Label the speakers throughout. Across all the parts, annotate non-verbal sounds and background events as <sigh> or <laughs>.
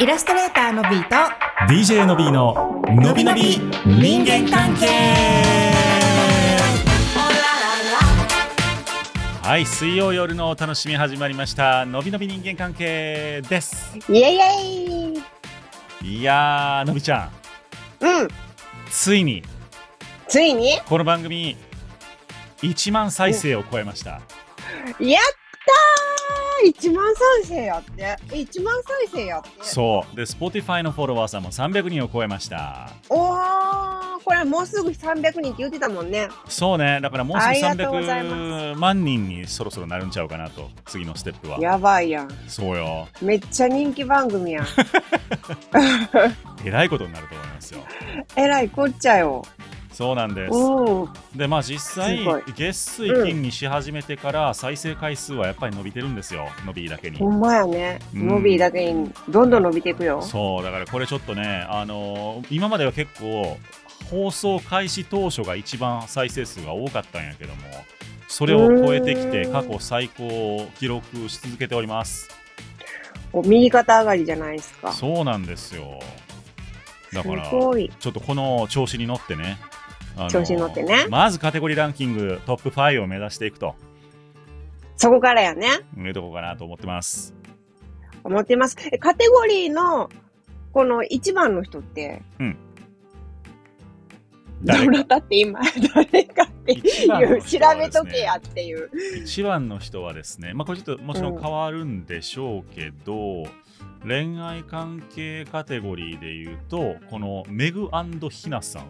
Speaker 1: イラストレーターのビーと
Speaker 2: DJ のびーののびのび人間関係はい水曜夜のお楽しみ始まりましたのびのび人間関係です
Speaker 3: イエイイエイ
Speaker 2: いやーのびちゃん
Speaker 3: うん
Speaker 2: ついに
Speaker 3: ついにやっ
Speaker 2: この番組1万再生を超えました
Speaker 3: たー1万再生やって1万再生やって
Speaker 2: そうで Spotify のフォロワーさんも300人を超えました
Speaker 3: おーこれもうすぐ300人って言ってたもんね
Speaker 2: そうねだからもうすぐ
Speaker 3: ありがとうございます
Speaker 2: 300万人にそろそろなるんちゃうかなと次のステップは
Speaker 3: やばいやん
Speaker 2: そうよ
Speaker 3: めっちゃ人気番
Speaker 2: <laughs>
Speaker 3: 組やん
Speaker 2: えらいことになると思いますよ
Speaker 3: えらいこっちゃよ
Speaker 2: そうなんです
Speaker 3: うん
Speaker 2: でまあ実際
Speaker 3: すごい
Speaker 2: 月水金にし始めてから再生回数はやっぱり伸びてるんですよ伸びだけに
Speaker 3: ほんまやね
Speaker 2: うん
Speaker 3: 伸びだけにどんどん伸びていくよ
Speaker 2: そうだからこれちょっとねあのー今までは結構放送開始当初が一番再生数が多かったんやけどもそれを超えてきて
Speaker 3: うん
Speaker 2: 過去最高を記録し続けております
Speaker 3: お右肩上がりじゃないですかす
Speaker 2: そうなんですよだから
Speaker 3: ごい
Speaker 2: ちょっとこの調子に乗ってねあのー
Speaker 3: 調子に乗ってね
Speaker 2: まずカテゴリーランキングトップ5を目指していくと
Speaker 3: そこからやね
Speaker 2: いうとこかなと思ってます
Speaker 3: 思ってますえカテゴリーのこの1番の人って
Speaker 2: うん誰
Speaker 3: どなたって今 <laughs> 誰かって
Speaker 2: 一番
Speaker 3: い
Speaker 2: の
Speaker 3: う調
Speaker 2: 人はで
Speaker 3: べ
Speaker 2: すね
Speaker 3: とけやっていう
Speaker 2: 一番の人はですね、まあ、これちょっともちろん変わるんでしょうけど、恋愛関係カテゴリーでいうとこのメグひなさんっ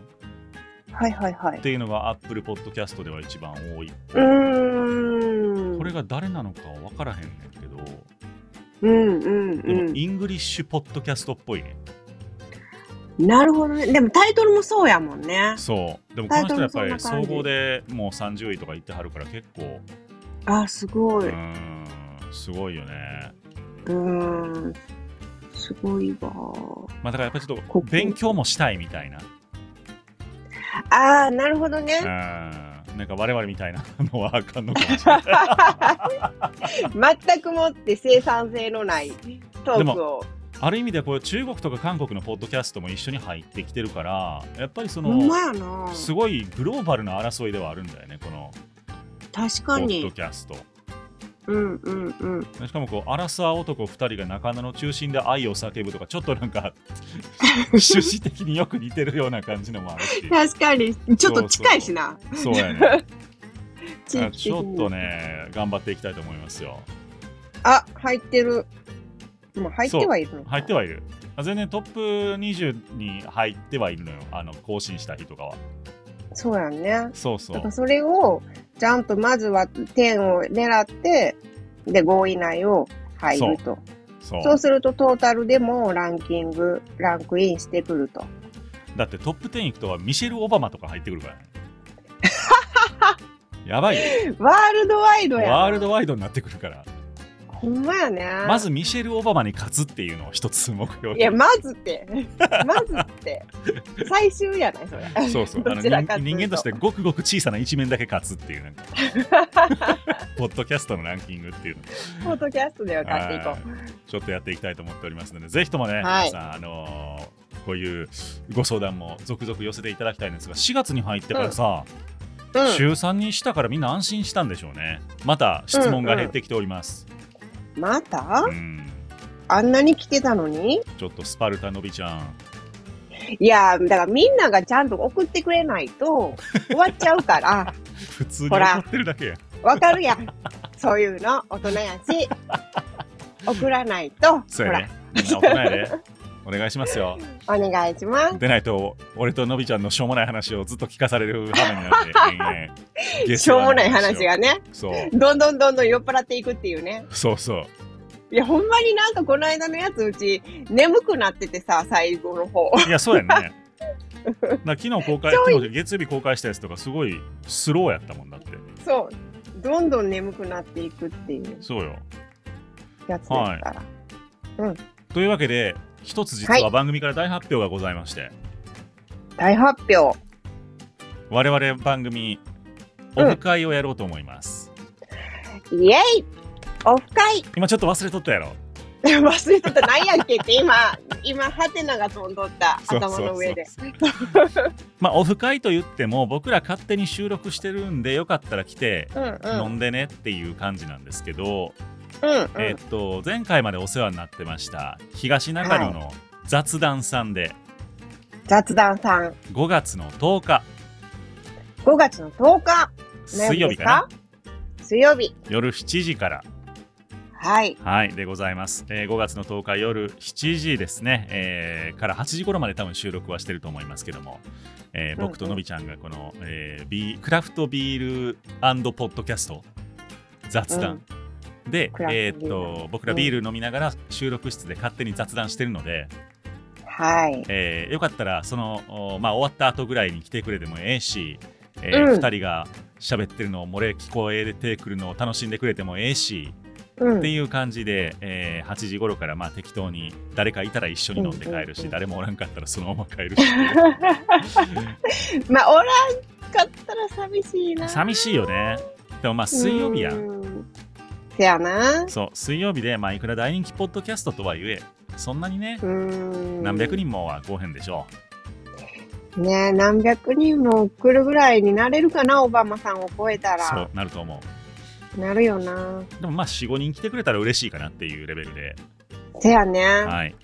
Speaker 3: はいはいはい
Speaker 2: ていうのがアップルポッドキャストでは一番多い、
Speaker 3: うーん
Speaker 2: これが誰なのかは分からへんねんけど
Speaker 3: うんうん
Speaker 2: でも
Speaker 3: う
Speaker 2: イングリッシュポッドキャストっぽいね、
Speaker 3: んなるほどねでもタイトルもそうやもんね
Speaker 2: そうでもこの人はやっぱ
Speaker 3: タ
Speaker 2: り
Speaker 3: イトルもそんな
Speaker 2: 総
Speaker 3: 感じ
Speaker 2: 合でもう30位とか言ってはるから結構
Speaker 3: あすご
Speaker 2: う
Speaker 3: い
Speaker 2: ー
Speaker 3: うん
Speaker 2: すごいよね
Speaker 3: ーんすごいわ
Speaker 2: まあだからやっぱりちょっと
Speaker 3: ここ
Speaker 2: 勉強もしたいみたいな
Speaker 3: あーなるほど <laughs> ね
Speaker 2: うんなんか我々みたいなのはあかんのかもしれない。
Speaker 3: 全くもって生産性のないト
Speaker 2: で
Speaker 3: ーク
Speaker 2: も
Speaker 3: を
Speaker 2: ある意味ではこれ中国とか韓国のポッドキャストも一緒に入ってきてるからやっぱりそ
Speaker 3: ほんま
Speaker 2: の
Speaker 3: やな
Speaker 2: すごいグローバルな争いではあるんだよねこの
Speaker 3: 確
Speaker 2: ポ
Speaker 3: か
Speaker 2: ッド
Speaker 3: に
Speaker 2: キャスト。
Speaker 3: うんうんうん
Speaker 2: しかもこうアラサー男2人が仲間の中心で愛を叫ぶとかちょっとなん
Speaker 3: <laughs>
Speaker 2: か趣旨的によく似てるような感じのもあるし
Speaker 3: 確かにちょっと近いしな
Speaker 2: そうや
Speaker 3: <laughs>
Speaker 2: ね
Speaker 3: 地域的
Speaker 2: ち
Speaker 3: に
Speaker 2: ょっとね頑張っていきたいと思いますよ
Speaker 3: あ入ってるもう入ってはいるのか
Speaker 2: 入ってはいるあ全然トップ20に入ってはいるのよあの更新した日とかは
Speaker 3: そうやんね
Speaker 2: そうそ
Speaker 3: だ
Speaker 2: う
Speaker 3: からそれをちゃんとまずは点を狙ってで5位以内を入ると
Speaker 2: そう
Speaker 3: そうするとトータルでもランキングランクインしてくると
Speaker 2: だってトップ10行くとはミシェル・オバマとか入ってくるからね
Speaker 3: <laughs>
Speaker 2: やばいよ
Speaker 3: ワールドワイドやな
Speaker 2: ワールドワイドになってくるから
Speaker 3: ほんまやね
Speaker 2: まずミシェル・オバマに勝つっていうのを一つ目標
Speaker 3: い
Speaker 2: に
Speaker 3: やまずって
Speaker 2: <laughs>
Speaker 3: まずって最終やないそれ
Speaker 2: そうそうあ
Speaker 3: ど
Speaker 2: の
Speaker 3: ち
Speaker 2: 人
Speaker 3: らかってい
Speaker 2: 人
Speaker 3: う
Speaker 2: 間としてごくごく小さな一面だけ勝つって
Speaker 3: <laughs>
Speaker 2: いうなんかポッドキャストのランキングっていうの
Speaker 3: ポッドキャストでは勝っていこう
Speaker 2: はいちょっとやっていきたいと思っておりますので、ぜひともね、
Speaker 3: はい
Speaker 2: 皆さん、あのーこういうご相談も続々寄せていただきたいんですが、4月に入ってからさ、
Speaker 3: うん
Speaker 2: 週3にしたからみんな安心したんでしょうね。また質問が減ってきております。
Speaker 3: また
Speaker 2: うん
Speaker 3: あんなに来てたのに
Speaker 2: ちょっとスパルタのびちゃん、
Speaker 3: いやーだからみんながちゃんと送ってくれない
Speaker 2: <laughs>
Speaker 3: と終わっちゃうから
Speaker 2: 普通に
Speaker 3: ほら
Speaker 2: 怒ってるだけや。
Speaker 3: わかるやんそういうの大人やし送らないと
Speaker 2: そうやね。みんな大人やで。お願いしますよ。
Speaker 3: ほらお願いします
Speaker 2: でないと、俺とのびちゃんのしょうもない話をずっと聞かされる羽目になって延々ゲス
Speaker 3: しょうもない話
Speaker 2: を。
Speaker 3: がね
Speaker 2: そう。
Speaker 3: どんどんどんどん酔っ払っていくっていうね
Speaker 2: そうそう。
Speaker 3: いやほんまになんかこの間のやつうち眠くなっててさ最後の方
Speaker 2: いや、そうやんね。だから昨日公開、
Speaker 3: ちょい
Speaker 2: 昨日月曜日公開したやつとか、すごいスローやったもんだって。
Speaker 3: そうどんどん眠くなっていくっていう
Speaker 2: そうよ。
Speaker 3: やつですから、
Speaker 2: というわけで、一つ実
Speaker 3: は
Speaker 2: は番組から大発表がございまして、
Speaker 3: 大発表
Speaker 2: 我々番組、オフ会をやろうと思います。
Speaker 3: イエイオフ会
Speaker 2: 今ちょっと忘れとったやろ。
Speaker 3: 忘れとった、何やっけって今、今、ハテナが飛んどった、
Speaker 2: そうそう
Speaker 3: <laughs> 頭
Speaker 2: そう
Speaker 3: の上で。
Speaker 2: まあオフ会と言っても僕ら勝手に収録してるんでよかったら来て
Speaker 3: うんうん。う
Speaker 2: 飲
Speaker 3: ん
Speaker 2: んでねっていう感じなんですけど、
Speaker 3: うん。
Speaker 2: えーっと前回までお世話になってました東中野の雑談さんで
Speaker 3: 雑談さん、
Speaker 2: 5月の10日
Speaker 3: 5月の10日、
Speaker 2: 水曜日かな
Speaker 3: ですか水曜日。
Speaker 2: 夜7時から
Speaker 3: はい。
Speaker 2: はいでございます、えー5月の10日夜7時ですね、えーから8時頃まで多分収録はしてると思いますけども、えー
Speaker 3: うんうん
Speaker 2: 僕とのびちゃんがこの、えービークラフトビールポッドキャスト雑談、で
Speaker 3: クラ、フトビー
Speaker 2: え
Speaker 3: ル
Speaker 2: ーっと僕らビール飲みながら収録室で勝手に雑談してるので、
Speaker 3: はい。
Speaker 2: えーよかったらその、おまあ、終わった後ぐらいに来てくれてもええし、え
Speaker 3: うん
Speaker 2: 2人が喋ってるのを漏れ聞こえてくるのを楽しんでくれてもええし、
Speaker 3: う
Speaker 2: って
Speaker 3: ん。
Speaker 2: いう感じで、えー8時頃からまあ適当に誰かいたら一緒に飲んで帰るし、
Speaker 3: うんうんうん
Speaker 2: 誰もおらんかったらそのまま帰る
Speaker 3: <laughs>
Speaker 2: し
Speaker 3: まあ、おらんかったら寂しいな。
Speaker 2: 寂しいよねでもまあ水曜日やん
Speaker 3: うんせやな。
Speaker 2: そう水曜日で、まあ、いくら大人気ポッドキャストとはいえそんなにね
Speaker 3: う、ん。
Speaker 2: 何百人もは来おへんでしょ
Speaker 3: ねえ何百人も来るぐらいになれるかな、オバマさんを超えた
Speaker 2: うそ
Speaker 3: ら
Speaker 2: う。なると思う
Speaker 3: なるよな。
Speaker 2: でもまあ45人来てくれたら嬉しいかなっていうレベルで
Speaker 3: せやね。
Speaker 2: はい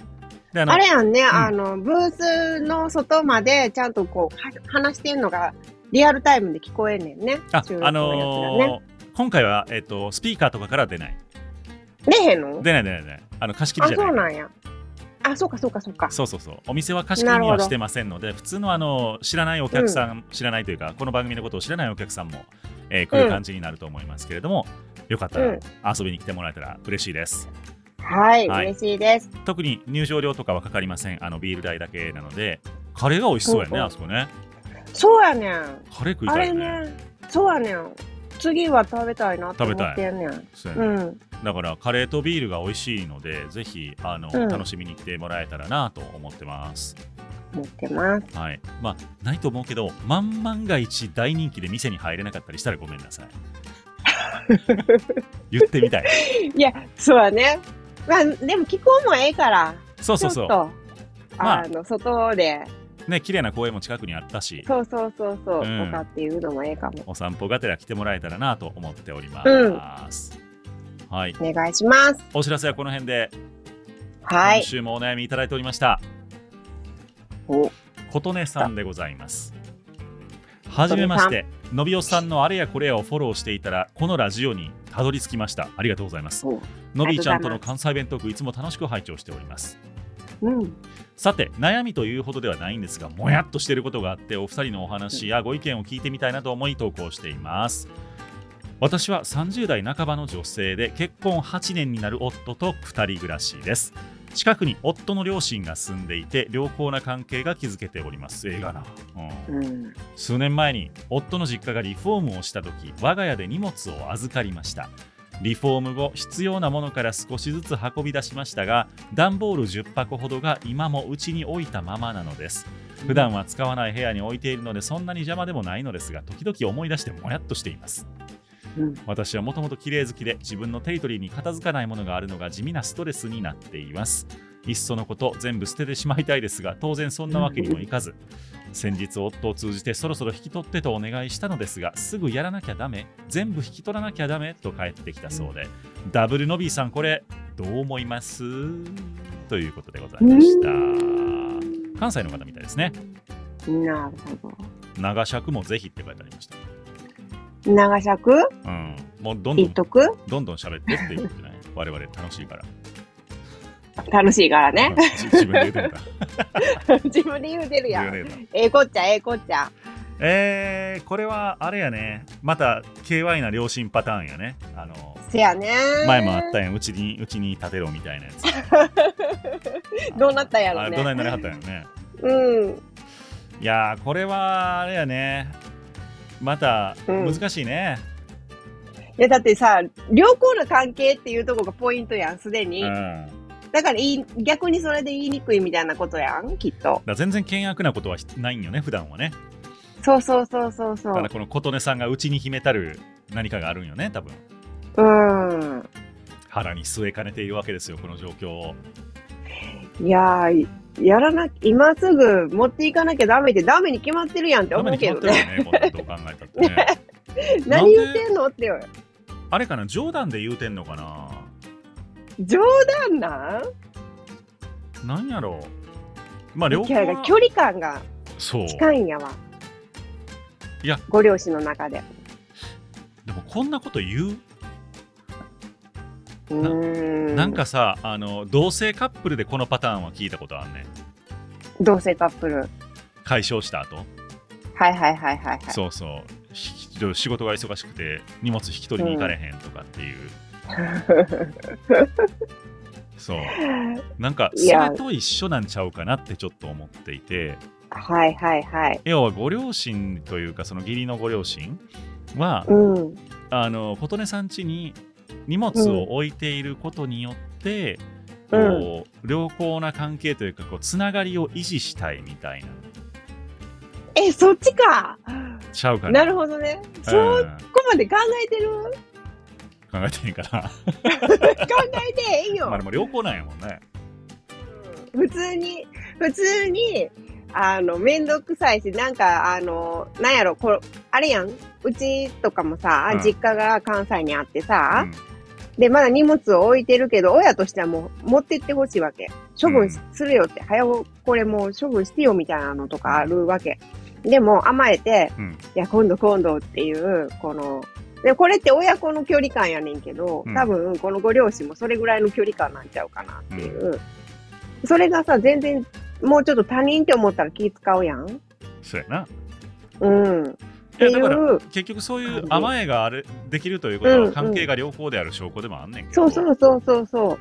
Speaker 2: であの
Speaker 3: あれやんね、
Speaker 2: ん
Speaker 3: あの、ブースの外までちゃんとこう、は話してるのがリアルタイムで聞こえんねんね。
Speaker 2: あ
Speaker 3: 収録
Speaker 2: あ
Speaker 3: のや
Speaker 2: のー今回は、えっとスピーカーとかからは出ない
Speaker 3: つがね。出へんの
Speaker 2: 出ない出ない出ないあの貸し切り
Speaker 3: あ、
Speaker 2: じゃない
Speaker 3: そうなんや。あ、そうかそうかそうか。
Speaker 2: そうそうそうお店は貸し切りに
Speaker 3: なる
Speaker 2: は
Speaker 3: ほど
Speaker 2: してませんので普通のあの知らないお客さん、知らないというかこの番組のことを知らないお客さんも、えー来る感じになると思いますけれども、よかった
Speaker 3: う
Speaker 2: ら
Speaker 3: ん
Speaker 2: 遊びに来てもらえたら嬉しいです、
Speaker 3: はい、
Speaker 2: はい
Speaker 3: 嬉しいです。
Speaker 2: 特に入場料とかはかかりませんあのビール代だけなのでカレーが美味しそうやね、
Speaker 3: うんうん
Speaker 2: あそこね
Speaker 3: そうやねん。
Speaker 2: カレー食い
Speaker 3: あ
Speaker 2: た
Speaker 3: れ
Speaker 2: いね
Speaker 3: ね、そうやねん。次は食べたいなって思ってんねん。
Speaker 2: そうや
Speaker 3: う
Speaker 2: ね
Speaker 3: ん。
Speaker 2: だからカレーとビールが美味しいのでぜひあの、
Speaker 3: うん
Speaker 2: 楽しみに来てもらえたらなと思ってます
Speaker 3: 持ってます。
Speaker 2: はいまあないと思うけど万万が一大人気で店に入れなかったりしたらごめんな
Speaker 3: <laughs>
Speaker 2: さい言ってみたい
Speaker 3: いや、そうやね。まあ、でも気候もええから、
Speaker 2: そう
Speaker 3: ち
Speaker 2: そ
Speaker 3: ょ
Speaker 2: う
Speaker 3: っ
Speaker 2: そ
Speaker 3: と、
Speaker 2: うまあ
Speaker 3: あの、外で、
Speaker 2: ね綺麗な公園も近くにあったし
Speaker 3: そうそうそう
Speaker 2: う
Speaker 3: そう、
Speaker 2: ん
Speaker 3: とかっていうのもええかも。
Speaker 2: お散歩がてら来てもらえたらなと思っております、はい
Speaker 3: お願いします。
Speaker 2: お知らせはこの辺で、
Speaker 3: はい
Speaker 2: 今。週もお悩みいただいておりました
Speaker 3: お
Speaker 2: 琴音さんでございます。はじめまして、のびおさんのあれやこれやをフォローしていたら、このラジオにたどり着きました。ありがとうございます。
Speaker 3: そう。
Speaker 2: のびーちゃんと
Speaker 3: あ
Speaker 2: の
Speaker 3: りがとうございます
Speaker 2: 関西弁トーク、いつも楽しく拝聴しております。
Speaker 3: うん。
Speaker 2: さて、悩みというほどではないんですが、もやっとしていることがあって、お二人のお話やご意見を聞いてみたいなと思い投稿しています。私は30代半ばの女性で結婚8年になる夫と2人暮らしです。近くに夫の両親が住んでいて良好な関係が築けております。映画な。うん
Speaker 3: うん。
Speaker 2: 数年前に夫の実家がリフォームをした時我が家で荷物を預かりましたリフォーム後必要なものから少しずつ運び出しましたが段ボール10箱ほどが今も家に置いたままなのです普段は使わない部屋に置いているのでそんなに邪魔でもないのですが時々思い出してもやっとしています
Speaker 3: うん
Speaker 2: 私はもともと綺麗好きで自分のテリトリーに片付かないものがあるのが地味なストレスになっていますいっそのこと全部捨ててしまいたいですが当然そんなわけにもいかず先日夫を通じてそろそろ引き取ってとお願いしたのですがすぐやらなきゃダメ全部引き取らなきゃダメと帰ってきたそうでダブルノビーさんこれどう思いますということでございました関西の方みたいですね
Speaker 3: なるほ
Speaker 2: 長尺もぜひって書いてありまし
Speaker 3: ど。長尺
Speaker 2: たうんもうどんど
Speaker 3: 言っ
Speaker 2: ん
Speaker 3: とく
Speaker 2: どんどん喋ってって言って
Speaker 3: <laughs>
Speaker 2: ない我々楽しいから
Speaker 3: 楽しいからね。
Speaker 2: 自自分で言うても
Speaker 3: <laughs> 自分で言うてるや
Speaker 2: た
Speaker 3: ん。ええこっちゃ、ええこっちゃ。
Speaker 2: えー、これはあれやねまた KY な良心パターンやねあの
Speaker 3: せやね。
Speaker 2: 前もあったやんうちにうちに建てろみたいなやつ
Speaker 3: <laughs> どうなったんやろ
Speaker 2: あ
Speaker 3: ね
Speaker 2: どうなんならなかったんやろね
Speaker 3: うん。
Speaker 2: いやーこれはあれやねまた
Speaker 3: うん
Speaker 2: 難しいね、
Speaker 3: いや、だってさ、良好な関係っていうとこがポイントやん、すで
Speaker 2: うん。
Speaker 3: に
Speaker 2: だか
Speaker 3: だから言い、逆にそれで言いにくいみたいなことやん、きっと。
Speaker 2: ら全然険悪なことはひないんよね普段はね
Speaker 3: そうそうそうそうそ
Speaker 2: た
Speaker 3: う
Speaker 2: だ。この琴音さんがうちに秘めたる何かがあるんよね多分
Speaker 3: うん。
Speaker 2: 腹に据えかねているわけですよ、この状況を。
Speaker 3: いやー、やらな、今すぐ持っていかなきゃダメで、ダメに決まってるやんって
Speaker 2: ダ
Speaker 3: 思
Speaker 2: メ
Speaker 3: う
Speaker 2: に
Speaker 3: け
Speaker 2: 決ま
Speaker 3: ど
Speaker 2: ってるよね、
Speaker 3: ね。
Speaker 2: こんなどう考えた
Speaker 3: <laughs>
Speaker 2: ってね。なんで
Speaker 3: 何言ってんのってよ。
Speaker 2: あれかな、冗談で言うてんのかな。
Speaker 3: 冗談なん
Speaker 2: なんやろう。まあ、両
Speaker 3: キ
Speaker 2: 方
Speaker 3: ャラが
Speaker 2: は
Speaker 3: 距離感が
Speaker 2: そう。
Speaker 3: 近いんやわ。
Speaker 2: いや
Speaker 3: ご両親の中で。
Speaker 2: でも、こんなこと言う
Speaker 3: うーん。
Speaker 2: なんかさあの同性カップルでこのパターンは聞いたことあるね
Speaker 3: 同性カップル。はい
Speaker 2: 解消した後、
Speaker 3: はいはいはいはい。
Speaker 2: そうそうひき仕事が忙しくて荷物引き取りに行かれへんとかっていう、そう
Speaker 3: <laughs>
Speaker 2: なんか
Speaker 3: い
Speaker 2: そ
Speaker 3: や
Speaker 2: れと一緒なんちゃうかなってちょっと思っていて
Speaker 3: <laughs> はいはいはい。
Speaker 2: 要はご両親というかその義理のご両親は
Speaker 3: うん。
Speaker 2: あの琴音さん家に荷物を置いていることによって、
Speaker 3: うん
Speaker 2: こう良好な関係というかこうつながりを維持したいみたいな
Speaker 3: え、そっちか。
Speaker 2: ちゃうかな
Speaker 3: なるほどね。
Speaker 2: う
Speaker 3: そ
Speaker 2: ん
Speaker 3: こまで考えてる
Speaker 2: 考えてへんから
Speaker 3: 考えてへんよ
Speaker 2: <laughs> まあ。でも良好なんやもんね
Speaker 3: 普通に、普通に、あの、めんどくさいし、なんか、あの、なんやろ、これ、あれやん。うちとかもさ、
Speaker 2: うん
Speaker 3: 実家が関西にあってさ、
Speaker 2: うん
Speaker 3: で、まだ荷物を置いてるけど、親としてはもう持ってってほしいわけ。処分しするよって、早うこれもう処分してよみたいなのとかあるわけ。でも甘えて、
Speaker 2: うん
Speaker 3: いや、今度今度っていう、この、でこれって親子の距離感やねんけど
Speaker 2: うん、
Speaker 3: 多分このご両親もそれぐらいの距離感なんちゃうかなっていう。それがさ、全然、もうちょっと他人って思ったら気使うやん。
Speaker 2: そうやな
Speaker 3: うん。っ
Speaker 2: い
Speaker 3: て
Speaker 2: や
Speaker 3: い
Speaker 2: だから
Speaker 3: う、
Speaker 2: 結局そういう甘えがあれできるということ
Speaker 3: うんう
Speaker 2: は
Speaker 3: ん
Speaker 2: 関係が良好である証拠でもあんねんけど、
Speaker 3: そうそうそうそうそ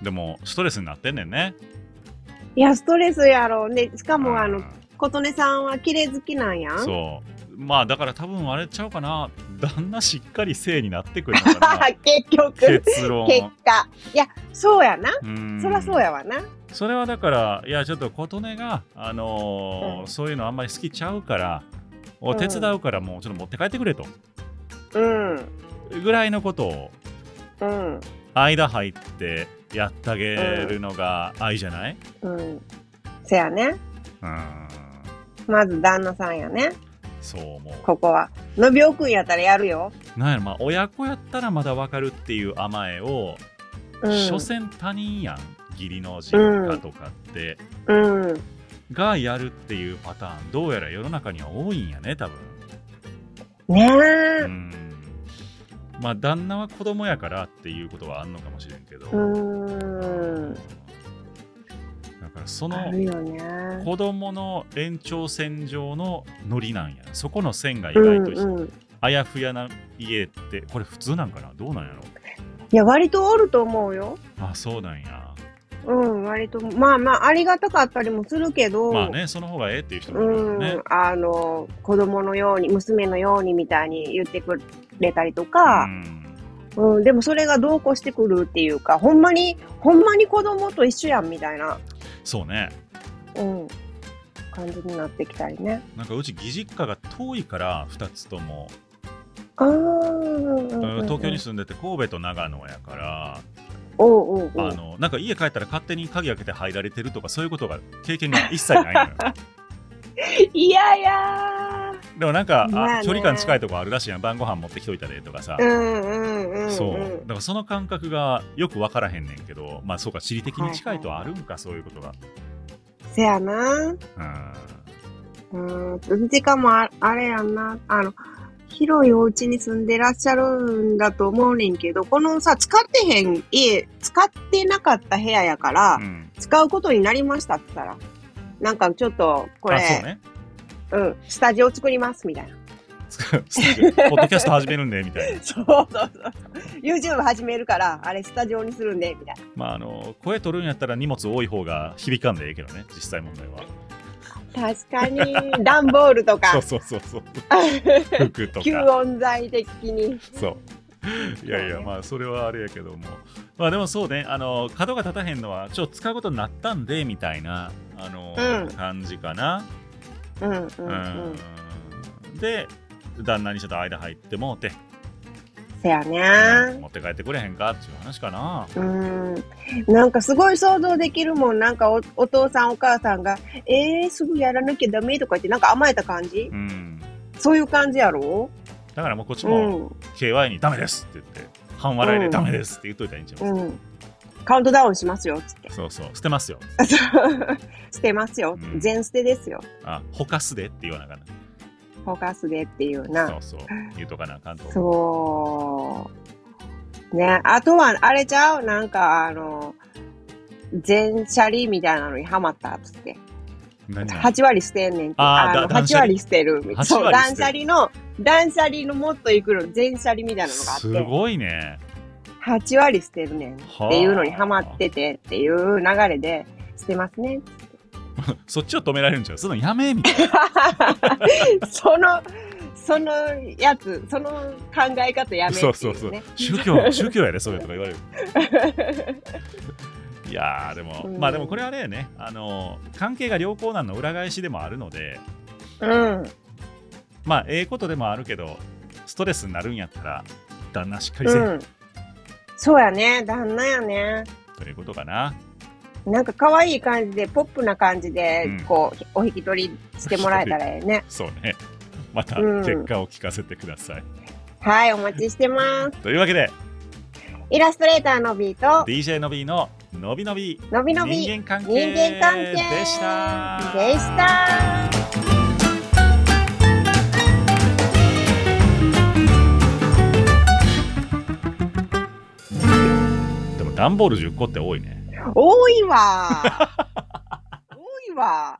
Speaker 3: う。
Speaker 2: でもストレスになってんねんね
Speaker 3: いや、ストレスやろうね。しかも、あ
Speaker 2: う
Speaker 3: の、
Speaker 2: ん
Speaker 3: 琴音さんは綺麗好きなんやん。
Speaker 2: そうまあだから多分あれちゃうかな旦那しっかり性になってくるのか
Speaker 3: <laughs> 結
Speaker 2: な
Speaker 3: 局、
Speaker 2: 結論
Speaker 3: 結果。いや、そうやな。
Speaker 2: うん
Speaker 3: そりゃそうやわな。
Speaker 2: それはだからいやちょっと琴音が、あのー
Speaker 3: うん
Speaker 2: そういうのあんまり好きちゃうからお手伝うからもうちょっと持って帰ってくれと
Speaker 3: うん。
Speaker 2: ぐらいのことを
Speaker 3: うん。
Speaker 2: 間入ってやってあげるのが愛じゃない、
Speaker 3: うん。せやね。
Speaker 2: うん、
Speaker 3: まず旦那さんやね。
Speaker 2: そう思う
Speaker 3: ここは。のびおくんやったらやるよ。
Speaker 2: なんやろまあ親子やったらまだわかるっていう甘えを、
Speaker 3: うん。
Speaker 2: 所詮他人やん義理の実家とかって、
Speaker 3: うん。
Speaker 2: がやるっていうパターンどうやら世の中には多いんやね多分
Speaker 3: ね
Speaker 2: う
Speaker 3: え。
Speaker 2: んまあ旦那は子供やからっていうことはあんのかもしれんけど、
Speaker 3: うーん。
Speaker 2: だからそ
Speaker 3: あ
Speaker 2: の
Speaker 3: るよね。
Speaker 2: 子供の延長線上のノリなんやそこの線が意
Speaker 3: う
Speaker 2: 外
Speaker 3: ん
Speaker 2: と
Speaker 3: うん。
Speaker 2: あやふやな家ってこれ普通なんかなどうなんやろ
Speaker 3: いや、割とおると思うよ。
Speaker 2: あそうなんや
Speaker 3: うん、割と。まあまあ、ありがたかったりもするけど。
Speaker 2: まあねその方がええっていう人もいるから
Speaker 3: う
Speaker 2: ね
Speaker 3: ん、あの子供のように娘のようにみたいに言ってくれたりとか、
Speaker 2: ん
Speaker 3: うんでもそれがどうこうしてくるっていうかほんまにほんまに子供と一緒やんみたいな、
Speaker 2: そうね
Speaker 3: うん、感じになってきたりね。
Speaker 2: なんかうち義実家が遠いから2つとも、
Speaker 3: あーうんうんうんうん
Speaker 2: 東京に住んでて神戸と長野やから、
Speaker 3: おうおうおう
Speaker 2: あのなんか家帰ったら勝手に鍵開けて入られてるとかそういうことが経験が一切ないの
Speaker 3: <laughs>
Speaker 2: よ
Speaker 3: いやいや
Speaker 2: でもなんか、あ
Speaker 3: まあね
Speaker 2: 距離感近いとこあるらしいやん晩ご飯持ってきといたでとかさ、
Speaker 3: ーうんうんうんうん
Speaker 2: そうだからその感覚がよく分からへんねんけどまあそうか地理的に近いとはあるんか、そういうことが
Speaker 3: せやな
Speaker 2: うん
Speaker 3: うんうちかもああれやんなあの広いお家に住んでらっしゃるんだと思うねんけどこのさ使ってへん家使ってなかった部屋やから、
Speaker 2: うん
Speaker 3: 使うことになりましたって言ったらなんかちょっとこれ
Speaker 2: あそうね
Speaker 3: うん、スタジオ作りますみたいな
Speaker 2: スタジオポッドキャスト始めるんでみたいな、
Speaker 3: そうそうそう YouTube 始めるからあれスタジオにするんでみたいな
Speaker 2: まあ、あの声取るんやったら荷物多い方が響かんでええけどね実際問題は
Speaker 3: 確かに段ボールと
Speaker 2: そ
Speaker 3: <laughs> か
Speaker 2: うそうそうそう服
Speaker 3: <laughs>
Speaker 2: と
Speaker 3: 吸
Speaker 2: か
Speaker 3: 音材的に
Speaker 2: そういやい
Speaker 3: そう
Speaker 2: や
Speaker 3: ね
Speaker 2: まあそれはあれやけどもまあでもそうねあの角が立たへんのはちょっと使うことになったんでみたいなあの、
Speaker 3: うん
Speaker 2: 感じかな
Speaker 3: うんうんう、
Speaker 2: うんんで旦那にちょっと間入ってもうて
Speaker 3: せやね。
Speaker 2: 持って帰ってくれへんかっていう話かな。
Speaker 3: うん、なんかすごい想像できるもん。なんかおお父さんお母さんが、えー、すぐやらなきゃダメとか言って、なんか甘えた感じ
Speaker 2: うん。
Speaker 3: そういう感じやろ
Speaker 2: だからもうこっち
Speaker 3: う
Speaker 2: も
Speaker 3: ん。
Speaker 2: KY にダメですって言って、半笑いでダメですって言っといたらいいんちゃいますか。
Speaker 3: うん。カウントダウンしますよ、つって。 <laughs>
Speaker 2: そうそう、捨てますよ。
Speaker 3: 捨てますよ
Speaker 2: うん。
Speaker 3: 全捨てですよ。
Speaker 2: あ、ほかすでって言わなあかん
Speaker 3: フォーカスでっていう
Speaker 2: な。
Speaker 3: な。
Speaker 2: そうそう、言うとかなあかんと思う。
Speaker 3: そう。ね。あとは、あれちゃうなんか、あの、全シャリみたいなのにハマった、つって。
Speaker 2: 何が
Speaker 3: 8割捨てんねんって。
Speaker 2: あー
Speaker 3: あの
Speaker 2: だ断
Speaker 3: 8
Speaker 2: 捨離
Speaker 3: 割捨てるみたいな。そう、
Speaker 2: 8割捨てる
Speaker 3: 断捨離の、断捨離のもっといくの、全捨離みたいなのがあ
Speaker 2: す
Speaker 3: って、
Speaker 2: ごいね。
Speaker 3: 8割捨てるねんっ
Speaker 2: はあ
Speaker 3: ていうのにハマっ。ててっていう流れで、捨てますね。 <laughs>
Speaker 2: そっちを止められるんちゃうそのやめみたい
Speaker 3: その、そのやつ、その考え方や
Speaker 2: な。
Speaker 3: めっていう、ね。
Speaker 2: そうそうそう。宗教、宗教やで、それとか言われ
Speaker 3: <laughs>
Speaker 2: る。いやーでも、
Speaker 3: うん
Speaker 2: まあでもこれはねねあの関係が良好なの裏返しでもあるので
Speaker 3: うん。
Speaker 2: まあええことでもあるけどストレスになるんやったら旦那しっかりせえ、
Speaker 3: うん。そうやね。旦那やね。
Speaker 2: ということかな
Speaker 3: なんか可愛い感じで、ポップな感じで
Speaker 2: うん、
Speaker 3: こう、お引き取りしてもらえたらええね。
Speaker 2: そうねまた
Speaker 3: うん
Speaker 2: 結果を聞かせてください、
Speaker 3: はい、お待ちしてます。
Speaker 2: というわけで
Speaker 3: イラストレーターのビーと、
Speaker 2: DJ のびーののびのび
Speaker 3: のびのび。
Speaker 2: 人間関係
Speaker 3: 人間関係
Speaker 2: でした
Speaker 3: でした。
Speaker 2: でも段ボール10個って多いね <laughs>
Speaker 3: 多いわ。多いわ。